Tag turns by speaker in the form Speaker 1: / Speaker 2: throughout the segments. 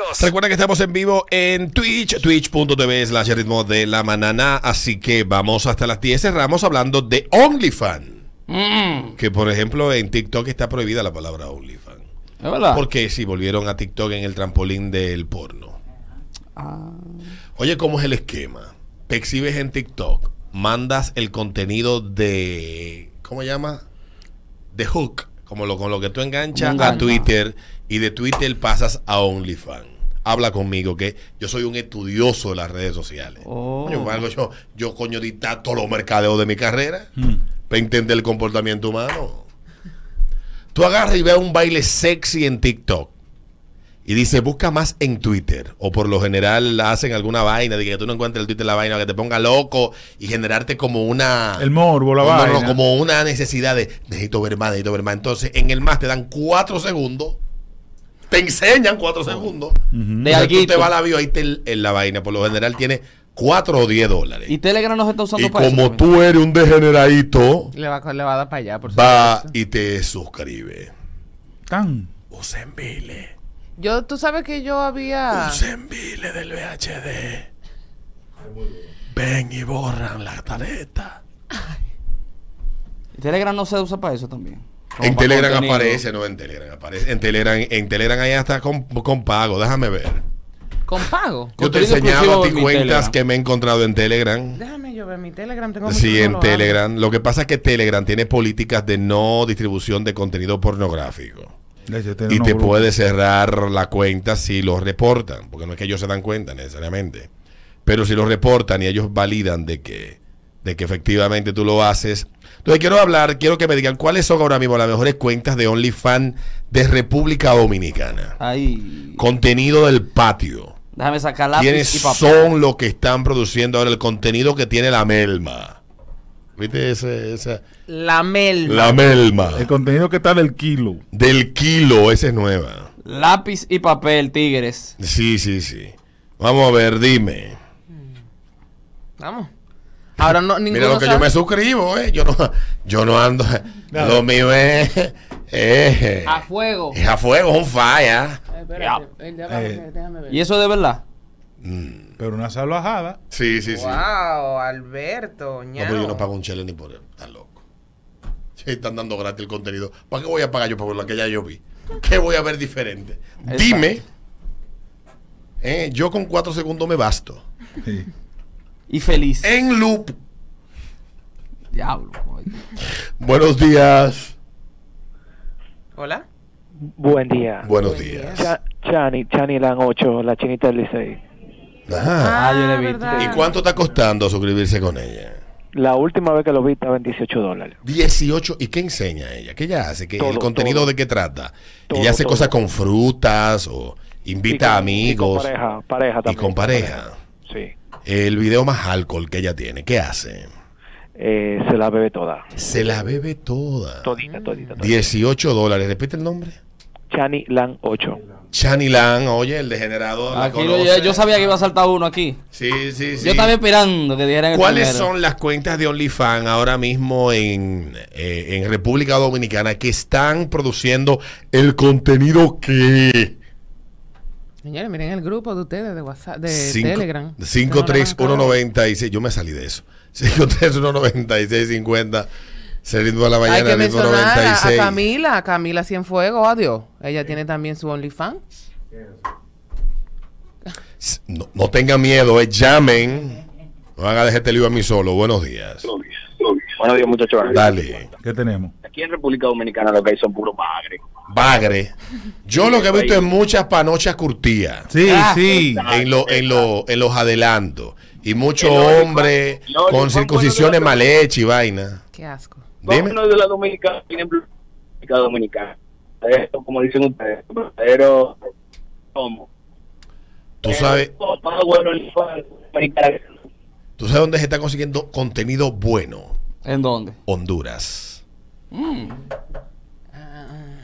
Speaker 1: Bienvenidos.
Speaker 2: Recuerda que estamos en vivo en Twitch, twitch.tv slash ritmo de la manana. Así que vamos hasta las 10. Cerramos hablando de OnlyFans. Que por ejemplo en TikTok está prohibida la palabra OnlyFans.
Speaker 3: ¿Es verdad?
Speaker 2: Porque si volvieron a TikTok en el trampolín del porno. Oye, ¿cómo es el esquema? Te exhibes en TikTok, mandas el contenido de. ¿Cómo se llama? De hook, como lo, con lo que tú enganchas
Speaker 3: Un
Speaker 2: a
Speaker 3: gancho.
Speaker 2: Twitter y de Twitter pasas a OnlyFans. Habla conmigo que yo soy un estudioso de las redes sociales.
Speaker 3: Oh.
Speaker 2: Coño, por algo yo, yo coño dicta todos los mercadeos de mi carrera para entender el comportamiento humano. Tú agarras y ves un baile sexy en TikTok. Y dice, busca más en Twitter. O por lo general hacen alguna vaina de que tú no encuentres el Twitter la vaina, que te ponga loco y generarte como una.
Speaker 1: El morbo, la
Speaker 2: como-
Speaker 1: vaina.
Speaker 2: no, como una necesidad de necesito ver más, necesito ver más. Entonces, en el más te dan cuatro segundos. Te enseñan cuatro segundos.
Speaker 3: De
Speaker 2: Entonces, tú
Speaker 3: alguito.
Speaker 2: te vas a la bio, ahí te el- en la vaina. Por lo general tiene cuatro o diez dólares.
Speaker 3: Y Telegram nos está usando
Speaker 2: Y
Speaker 3: para eso
Speaker 2: como
Speaker 3: también.
Speaker 2: tú eres un degeneradito,
Speaker 4: Le va, le va a dar para allá, por
Speaker 2: va
Speaker 4: supuesto.
Speaker 2: y te suscribe.
Speaker 1: Tan.
Speaker 2: Usen vile.
Speaker 4: Yo, tú sabes que yo había...
Speaker 2: Usen vile del VHD. Ven y borran la tarjeta.
Speaker 3: Y Telegram no se usa para eso también. Como
Speaker 2: En
Speaker 3: para
Speaker 2: Telegram
Speaker 3: contenido.
Speaker 2: aparece, no en Telegram aparece. En Telegram, en Telegram ahí hasta con, con pago, déjame ver.
Speaker 4: ¿Con pago?
Speaker 2: Yo te
Speaker 3: Contenido
Speaker 2: enseñaba
Speaker 3: exclusivo
Speaker 2: a ti
Speaker 3: en mi
Speaker 2: cuentas
Speaker 3: Telegram.
Speaker 2: que me he encontrado en Telegram.
Speaker 4: Déjame yo ver mi Telegram. Tengo mucho
Speaker 2: Sí,
Speaker 4: que no
Speaker 2: en
Speaker 4: lo abro.
Speaker 2: Telegram. Lo que pasa es que Telegram tiene políticas de no distribución de contenido pornográfico. Y te puede cerrar la cuenta si los reportan, porque no es que ellos se dan cuenta necesariamente. Pero si los reportan y ellos validan de que, de que efectivamente tú lo haces. Entonces quiero hablar, quiero que me digan cuáles son ahora mismo las mejores cuentas de OnlyFans de República Dominicana.
Speaker 3: Ahí.
Speaker 2: Contenido del patio.
Speaker 3: Déjame sacar lápiz
Speaker 2: ¿Quiénes
Speaker 3: y papel.
Speaker 2: son los que están produciendo ahora el contenido que tiene la melma? ¿Viste ese- esa?
Speaker 4: La Mel.
Speaker 2: La melma.
Speaker 1: El contenido que está del kilo.
Speaker 2: Del kilo, esa es nueva.
Speaker 3: Lápiz y papel, tigres.
Speaker 2: Sí, sí, sí. Vamos a ver, dime.
Speaker 4: Vamos. Ahora no, ninguno
Speaker 2: Mira lo que yo
Speaker 4: sabe.
Speaker 2: me suscribo, ¿eh? Yo no, yo no ando. Lo mío es. es-
Speaker 4: A fuego.
Speaker 2: es a fuego, un falla.
Speaker 4: Eh, espérate, eh, ya va,
Speaker 1: Eh.
Speaker 4: déjame ver.
Speaker 3: ¿Y eso de verdad?
Speaker 1: Pero una salvajada.
Speaker 2: Mm. Sí, sí, sí.
Speaker 4: Wow, Alberto,
Speaker 2: No, pero yo no pago un chile ni por él. Estás loco. Sí, están dando gratis el contenido. ¿Para qué voy a pagar yo por la que ya yo vi? ¿Qué voy a ver diferente?
Speaker 3: Exacto.
Speaker 2: Dime. Eh, yo con cuatro segundos me basto.
Speaker 1: Sí.
Speaker 3: Y feliz.
Speaker 2: En loop.
Speaker 3: Diablo. coño.
Speaker 2: Buenos días.
Speaker 4: Hola.
Speaker 5: Buen día.
Speaker 2: Buenos
Speaker 4: Buen día.
Speaker 2: días.
Speaker 5: Cha- Chani, Chani Lan 8, la chinita del Licey.
Speaker 2: Ajá.
Speaker 3: Ah, yo le vi.
Speaker 4: ¿verdad?
Speaker 2: ¿Y cuánto está costando suscribirse con ella?
Speaker 5: La última vez que lo vi estaba en 18 dólares.
Speaker 2: 18. ¿Y qué enseña ella? ¿Qué ella hace? ¿Qué,
Speaker 5: Todo,
Speaker 2: ¿El contenido
Speaker 5: todo.
Speaker 2: de qué trata?
Speaker 5: Todo,
Speaker 2: ella hace
Speaker 5: todo.
Speaker 2: cosas con frutas o invita
Speaker 5: Y
Speaker 2: a
Speaker 5: con- y con
Speaker 2: amigos.
Speaker 5: pareja,
Speaker 2: Y
Speaker 5: pareja también.
Speaker 2: con pareja.
Speaker 5: Sí.
Speaker 2: El video más alcohol que ella tiene, ¿qué hace?
Speaker 5: Eh, se la bebe toda.
Speaker 2: Se la bebe toda.
Speaker 5: Todita, todita. todita.
Speaker 2: 18 dólares. ¿Repite el nombre?
Speaker 5: Chani Lan 8.
Speaker 2: Chani Lan, oye, el degenerado. la
Speaker 3: Aquí lo-
Speaker 2: conoce.
Speaker 3: yo, yo sabía que iba a saltar uno aquí.
Speaker 2: Sí, sí, sí.
Speaker 3: Yo estaba esperando que dijeran el
Speaker 2: ¿Cuáles
Speaker 3: primero.
Speaker 2: son las cuentas de OnlyFans ahora mismo en, eh, en República Dominicana que están produciendo el contenido que...
Speaker 4: Señores, miren el grupo de ustedes de WhatsApp, de
Speaker 2: Cinco-
Speaker 4: Telegram.
Speaker 2: 53196. Yo me salí de eso. 5319650. Se ritmo de la
Speaker 4: Hay
Speaker 2: mañana,
Speaker 4: que
Speaker 2: ritmo
Speaker 4: mencionar a,
Speaker 2: 96.
Speaker 4: a Camila, a Camila Cienfuegos, adiós. Ella tiene también su OnlyFans.
Speaker 2: S- No, no tengan miedo, eh, llamen. No van a dejar este lío a mí solo. Buenos días.
Speaker 6: Buenos días, muchachos.
Speaker 2: Dale.
Speaker 1: ¿Qué tenemos?
Speaker 6: Aquí en República Dominicana lo que hay son puros bagres.
Speaker 2: Bagre. Yo lo que he visto es muchas panochas curtidas.
Speaker 1: Sí,
Speaker 3: Ah,
Speaker 1: sí.
Speaker 2: en, lo, en, lo, en los adelantos. Y mucho
Speaker 6: El OnlyFans-
Speaker 2: hombre
Speaker 6: el OnlyFans
Speaker 2: con circuncisiones
Speaker 6: cuando
Speaker 2: mal hechas y vaina.
Speaker 4: Qué asco.
Speaker 2: Dime.
Speaker 6: Vámonos de la Dominicana, por ejemplo, República Dominicana. Esto, como dicen ustedes, pero ¿cómo?
Speaker 2: Tú sabes,
Speaker 6: Pero, más bueno, el fan dominicano.
Speaker 2: tú sabes dónde se está consiguiendo contenido bueno.
Speaker 3: ¿En dónde?
Speaker 2: Honduras.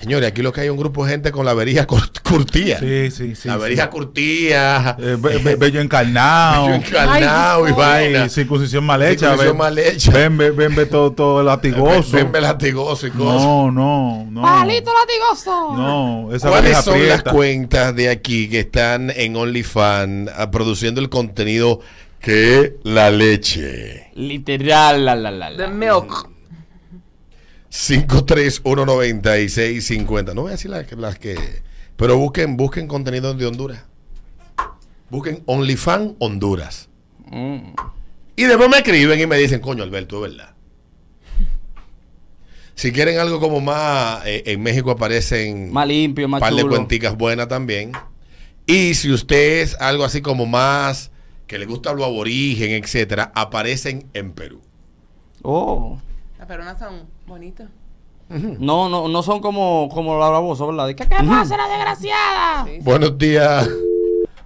Speaker 2: Señores, aquí lo que hay es un grupo de gente con la verija cur- curtía.
Speaker 1: Sí, sí, sí.
Speaker 2: la
Speaker 1: sí.
Speaker 2: verija curtía.
Speaker 1: Eh, be- be- bello encarnado.
Speaker 2: Yo encarnado y vaina.
Speaker 1: Sí, circuncisión mal hecha.
Speaker 2: Circuncisión
Speaker 1: ven-
Speaker 2: mal hecha.
Speaker 1: Ven, ven, ven, ven todo, todo latigoso.
Speaker 2: Ven- ven latigoso y cosas.
Speaker 1: no, no, no.
Speaker 4: ¡Palito latigoso!
Speaker 1: No, esa
Speaker 2: ¿Cuáles
Speaker 1: verja
Speaker 2: son
Speaker 1: aprieta.
Speaker 2: las cuentas de aquí que están en OnlyFans ah, produciendo el contenido que la leche?
Speaker 3: Literal, la, la, la. la.
Speaker 4: The milk.
Speaker 2: 5319650. No voy a decir las, las que. Pero busquen, busquen contenido de Honduras. Busquen OnlyFans Honduras.
Speaker 3: Mm.
Speaker 2: Y después me escriben y me dicen, coño, Alberto, es verdad. Si quieren algo como más, eh, en México aparecen
Speaker 3: Más limpio,
Speaker 2: un
Speaker 3: más
Speaker 2: par de
Speaker 3: chulo.
Speaker 2: cuenticas buenas también. Y si usted es algo así como más, que le gusta lo aborigen, etcétera, aparecen en Perú.
Speaker 3: Oh.
Speaker 4: Las peruanas son bonitas.
Speaker 2: Mm.
Speaker 3: No, no, no son como, como la bravosa, ¿verdad? De, ¿Qué, qué pasa, la desgraciada?
Speaker 2: Buenos días.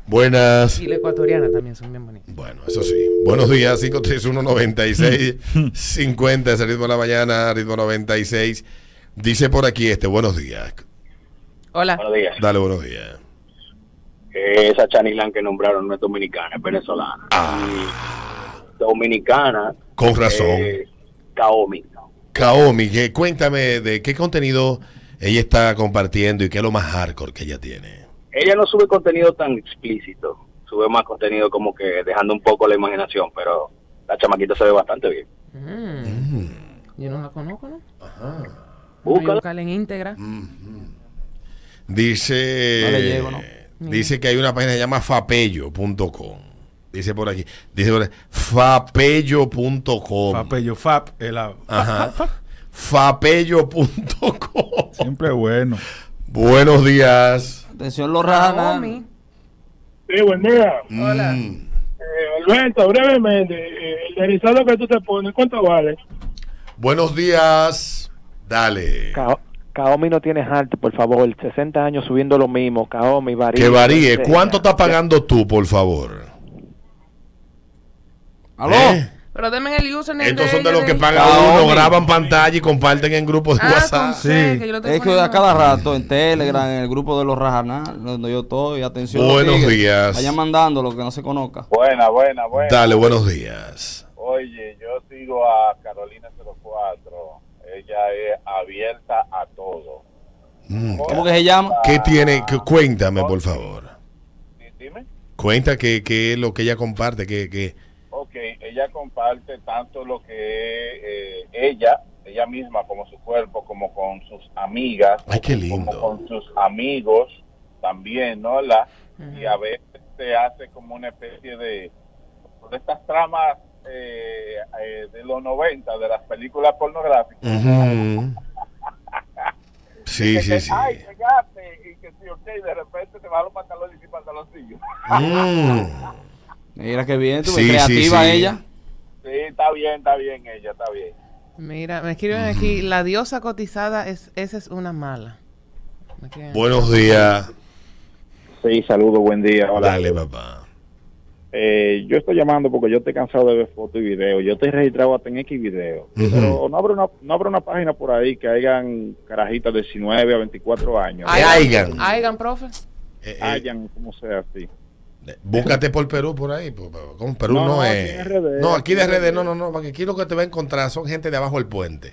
Speaker 2: Buenas.
Speaker 4: Y la ecuatoriana también son bien bonitas.
Speaker 2: Bueno, eso sí. Buenos días, 531-96-50, es el ritmo de la mañana, ritmo 96. Dice por aquí este, buenos días.
Speaker 4: Hola.
Speaker 6: Buenos días.
Speaker 2: Dale, buenos días.
Speaker 6: Eh, esa Chanilan que nombraron no es dominicana, es venezolana. Y Dominicana.
Speaker 2: Ah. Con razón.
Speaker 6: eh, Kaomi.
Speaker 2: Kaomi, que cuéntame de qué contenido ella está compartiendo y qué es lo más hardcore que ella tiene.
Speaker 6: Ella no sube contenido tan explícito. Sube más contenido como que dejando un poco la imaginación, pero la chamaquita se ve bastante bien.
Speaker 4: Mm, Yo no la conozco, ¿no? Voy a
Speaker 6: Búscala.
Speaker 4: buscarla en íntegra.
Speaker 2: Dice.
Speaker 3: No le llego, ¿no?
Speaker 2: Dice que hay una página que se llama fapello.com. Dice por aquí. Dice por aquí. Fapello.com.
Speaker 1: Papello, fap, el a-
Speaker 2: Ajá. Fapello.com.
Speaker 1: Siempre bueno.
Speaker 2: Buenos días.
Speaker 3: Atención, los ranas.
Speaker 4: Naomi.
Speaker 7: Sí, buen día.
Speaker 4: Hola.
Speaker 2: Mm.
Speaker 7: Eh, Alberto, brevemente, eh, el deslizado que tú te pones, ¿cuánto vale?
Speaker 2: Buenos días. Dale.
Speaker 5: Kao- Kaomi no tiene arte, por favor. 60 años subiendo lo mismo. Kaomi, varía.
Speaker 2: Que varíe.
Speaker 5: Entonces,
Speaker 2: ¿Cuánto estás pagando tú, por favor?
Speaker 3: ¿Aló?
Speaker 2: ¿Eh?
Speaker 4: Pero denme el username
Speaker 2: Estos son
Speaker 4: ella,
Speaker 2: de los que
Speaker 4: ella.
Speaker 2: pagan
Speaker 3: Kaomi.
Speaker 2: uno, graban pantalla y comparten en grupos de
Speaker 4: Ah,
Speaker 2: WhatsApp.
Speaker 4: con C,
Speaker 1: Sí.
Speaker 4: que yo lo estoy
Speaker 3: Es que
Speaker 4: poniendo.
Speaker 3: a cada rato en Telegram, en el grupo de los rajanás, donde yo estoy, atención. los
Speaker 2: Buenos
Speaker 3: tigres,
Speaker 2: días.
Speaker 3: Vayan mandando lo que no se conozca.
Speaker 8: Buena, buena, buena.
Speaker 2: Dale, buenos días.
Speaker 8: Oye, yo sigo a Carolina 04. Ella es abierta a todo.
Speaker 2: Mm,
Speaker 3: ¿Cómo que se llama?
Speaker 2: ¿Qué tiene? Cu- Cuéntame, por favor.
Speaker 8: Di- Dime.
Speaker 2: Cuenta qué qué es lo que ella comparte, que, que
Speaker 8: Ok, ella comparte tanto lo que es eh, ella, ella misma, como su cuerpo, como con sus amigas.
Speaker 2: Ay, qué
Speaker 8: Como
Speaker 2: lindo.
Speaker 8: con sus amigos también, ¿no? La, Y a veces se hace como una especie de, de estas tramas eh, eh, de los 90, de las películas pornográficas.
Speaker 2: Ujú. Sí,
Speaker 8: que,
Speaker 2: sí,
Speaker 8: que,
Speaker 2: sí.
Speaker 8: Ay, llegaste y que sí, ok, de repente te va a los pantalones y pantaloncillos.
Speaker 2: Mm.
Speaker 3: Mira qué bien, tú,
Speaker 2: Sí, sí,
Speaker 3: creativa
Speaker 2: sí.
Speaker 3: ella.
Speaker 8: Sí, está bien, está bien ella, está bien.
Speaker 4: Mira, me escriben aquí, la diosa cotizada, es, esa es una mala. Me escriben.
Speaker 2: Buenos días.
Speaker 8: Sí, saludo, buen día. Hola.
Speaker 2: Dale, papá.
Speaker 8: Eh, yo estoy llamando porque yo estoy cansado de ver fotos y videos. Yo estoy registrado hasta en X videos.
Speaker 2: Ujú.
Speaker 8: Pero no habrá, una, no habrá una página por ahí que hayan carajitas de 19 a 24 años.
Speaker 4: Ay,
Speaker 2: Aigan.
Speaker 4: Aigan, profe.
Speaker 2: Eh, eh,
Speaker 8: Hayan, como sea así.
Speaker 2: búscate por Perú, por ahí. por- por- Con Perú no,
Speaker 8: No, no, aquí
Speaker 2: es.
Speaker 8: en RD.
Speaker 2: no, aquí de redes, no, no, no. Porque aquí lo que te va a encontrar son gente de abajo del puente.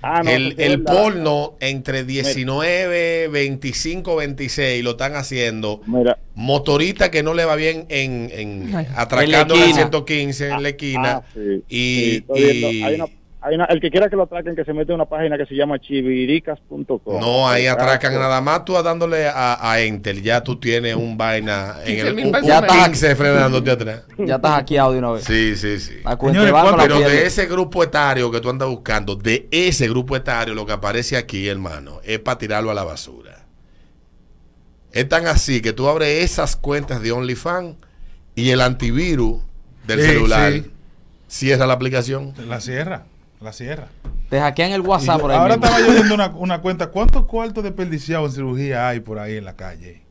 Speaker 8: Ah, no,
Speaker 2: el,
Speaker 8: porque
Speaker 2: el
Speaker 8: es verdad.
Speaker 2: porno entre 19, 25, 26 lo están haciendo.
Speaker 8: Mira,
Speaker 2: Motorista que no le va bien en, en
Speaker 4: Ay.
Speaker 2: atracando
Speaker 3: En la
Speaker 2: en el
Speaker 3: esquina.
Speaker 2: 115 en la esquina.
Speaker 8: Ah, sí, sí,
Speaker 2: y,
Speaker 8: estoy viendo.
Speaker 2: y-
Speaker 8: Hay una- hay una- el que quiera que lo atraquen, que se mete a una página que se llama chiviricas.com.
Speaker 2: no,
Speaker 8: ah,
Speaker 2: ahí atracan
Speaker 8: Exacto.
Speaker 2: nada más. Tú dándole a, a Enter, ya tú tienes un vaina en
Speaker 4: 15.000
Speaker 2: el un- un
Speaker 4: pesos
Speaker 3: menos.
Speaker 2: 15 frenándote atrás.
Speaker 3: Ya estás hackeado de una vez.
Speaker 2: Sí, sí, sí.
Speaker 3: La cuenta
Speaker 1: Señores,
Speaker 3: de banco la
Speaker 2: Pero de
Speaker 3: pierde.
Speaker 2: ese grupo etario que tú andas buscando, de ese grupo etario, lo que aparece aquí, hermano, es para tirarlo a la basura. Es tan así que tú abres esas cuentas de OnlyFans y el antivirus del
Speaker 1: Sí,
Speaker 2: celular
Speaker 1: sí.
Speaker 2: cierra la aplicación.
Speaker 1: La sierra, la sierra.
Speaker 3: Te hackean el
Speaker 1: Y
Speaker 3: WhatsApp
Speaker 1: yo-
Speaker 3: por ahí.
Speaker 1: ahora
Speaker 3: mismo.
Speaker 1: estaba yo viendo una, una cuenta. ¿Cuántos cuartos desperdiciados en cirugía hay por ahí en la calle?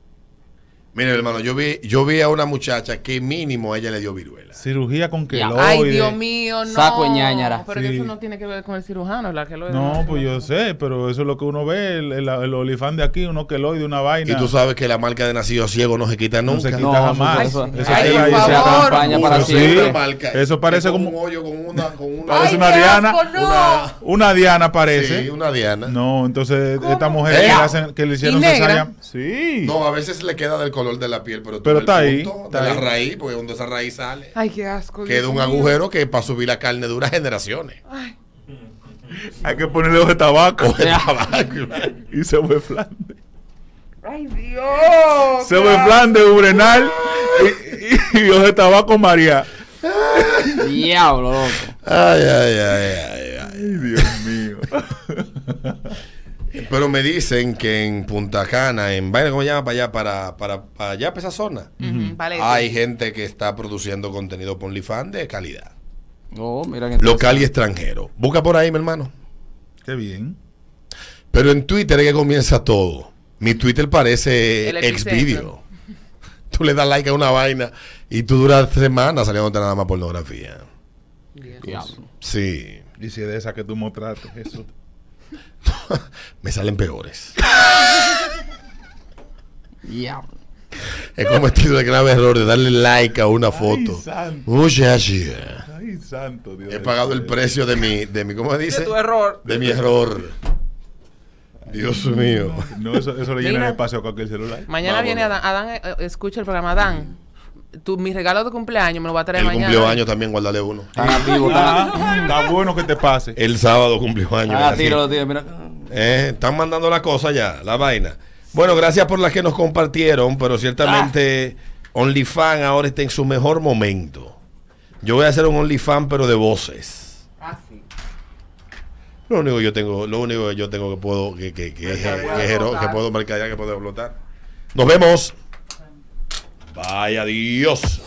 Speaker 2: Miren, hermano, yo vi, yo vi a una muchacha que mínimo ella le dio viruela.
Speaker 1: Cirugía con
Speaker 3: Ya.
Speaker 1: queloide.
Speaker 4: Ay, Dios mío, no.
Speaker 3: Saco de ñáñara.
Speaker 4: Pero que
Speaker 1: Sí.
Speaker 4: eso no tiene que ver con el cirujano, la que lo
Speaker 1: No, pues yo sé, pero eso es lo que uno ve, el, el, el olifán de aquí, uno queloide, una vaina.
Speaker 2: Y tú sabes que la marca de nacido ciego no se quita
Speaker 1: no
Speaker 2: nunca.
Speaker 1: se quita
Speaker 3: No,
Speaker 1: jamás.
Speaker 3: eso-
Speaker 1: Eso,
Speaker 3: Ay,
Speaker 1: queda ahí,
Speaker 4: por favor.
Speaker 1: se
Speaker 3: Acompaña para
Speaker 1: Pero sí,
Speaker 3: siempre.
Speaker 1: eso parece
Speaker 2: Es
Speaker 1: como-
Speaker 2: un hoyo con una con una,
Speaker 1: Parece
Speaker 4: Ay,
Speaker 1: una
Speaker 4: qué
Speaker 1: diana,
Speaker 4: asco, no.
Speaker 2: una-
Speaker 1: Una diana parece.
Speaker 2: sí, una diana. No.
Speaker 1: No, entonces esta mujer
Speaker 2: ¿Eh?
Speaker 1: que, le hacen- que le hicieron
Speaker 4: ¿Y negra?
Speaker 1: cesárea. Sí.
Speaker 2: a veces le queda del color de la piel, pero, tú
Speaker 1: Pero
Speaker 2: ves
Speaker 1: está
Speaker 2: el
Speaker 1: ahí,
Speaker 2: punto
Speaker 1: está
Speaker 2: de la
Speaker 1: ahí.
Speaker 2: raíz, porque donde esa raíz sale,
Speaker 4: Ay, qué asco.
Speaker 2: queda
Speaker 4: Dios
Speaker 2: un
Speaker 4: mío.
Speaker 2: agujero que para subir la carne dura generaciones.
Speaker 1: Hay que ponerle ojo de tabaco y se ve flande.
Speaker 4: Ay, Dios.
Speaker 1: Se ve flande, ubrenal y, y, y ojo de tabaco María.
Speaker 3: Diablo, loco.
Speaker 2: ay, ay, ay, ay, ay.
Speaker 1: Ay, Dios mío.
Speaker 2: Pero me dicen que en Punta Cana, en vaina, ¿cómo se llama? Para allá, para, para, para allá, para esa zona.
Speaker 4: Ujú, Vale.
Speaker 2: Hay gente que está produciendo contenido por OnlyFans de calidad.
Speaker 3: No, Oh, mira que
Speaker 2: Local y extranjero. Busca por ahí, mi hermano.
Speaker 1: Qué bien.
Speaker 2: Pero en Twitter es que comienza todo. Mi Twitter parece
Speaker 4: El
Speaker 2: exvideo. Tú le das like a una vaina y tú duras semanas saliéndote nada más pornografía.
Speaker 3: Diablo.
Speaker 2: Sí.
Speaker 1: Y si es de esa que tú mostraste, eso.
Speaker 2: Me salen peores.
Speaker 3: Diablo.
Speaker 2: He cometido el grave error de darle like a una foto.
Speaker 1: santo.
Speaker 2: Muchacha.
Speaker 1: Ay, santo Dios.
Speaker 2: He pagado el precio de mi, de mi, ¿cómo dice?
Speaker 4: error.
Speaker 2: De mi error. Dios mío.
Speaker 1: No, eso, eso le llena
Speaker 4: Mira.
Speaker 1: el espacio a cualquier celular.
Speaker 4: Mañana
Speaker 2: Vámonos.
Speaker 4: viene Adán. Adán, eh, eh, escucha el programa. Adán, tu, mi regalo de cumpleaños me lo va a traer
Speaker 2: El
Speaker 4: mañana.
Speaker 2: cumpleaños también, guárdale uno.
Speaker 3: Están activos, están activos.
Speaker 1: Ah, está bueno que te pase.
Speaker 2: El sábado cumpleaños.
Speaker 3: Ah,
Speaker 2: así.
Speaker 3: tiro, tiro, mira.
Speaker 2: Eh, están mandando la cosa ya, la vaina. Bueno, gracias por las que nos compartieron, pero ciertamente
Speaker 3: Ah.
Speaker 2: OnlyFans ahora está en su mejor momento. Yo voy a hacer un OnlyFans, pero de voces.
Speaker 3: Ah,
Speaker 2: Lo único que yo tengo, lo único que yo tengo que puedo, que, que, que, es- que es hero- que puedo mercadear, que puedo explotar. Nos vemos. Vaya Dios.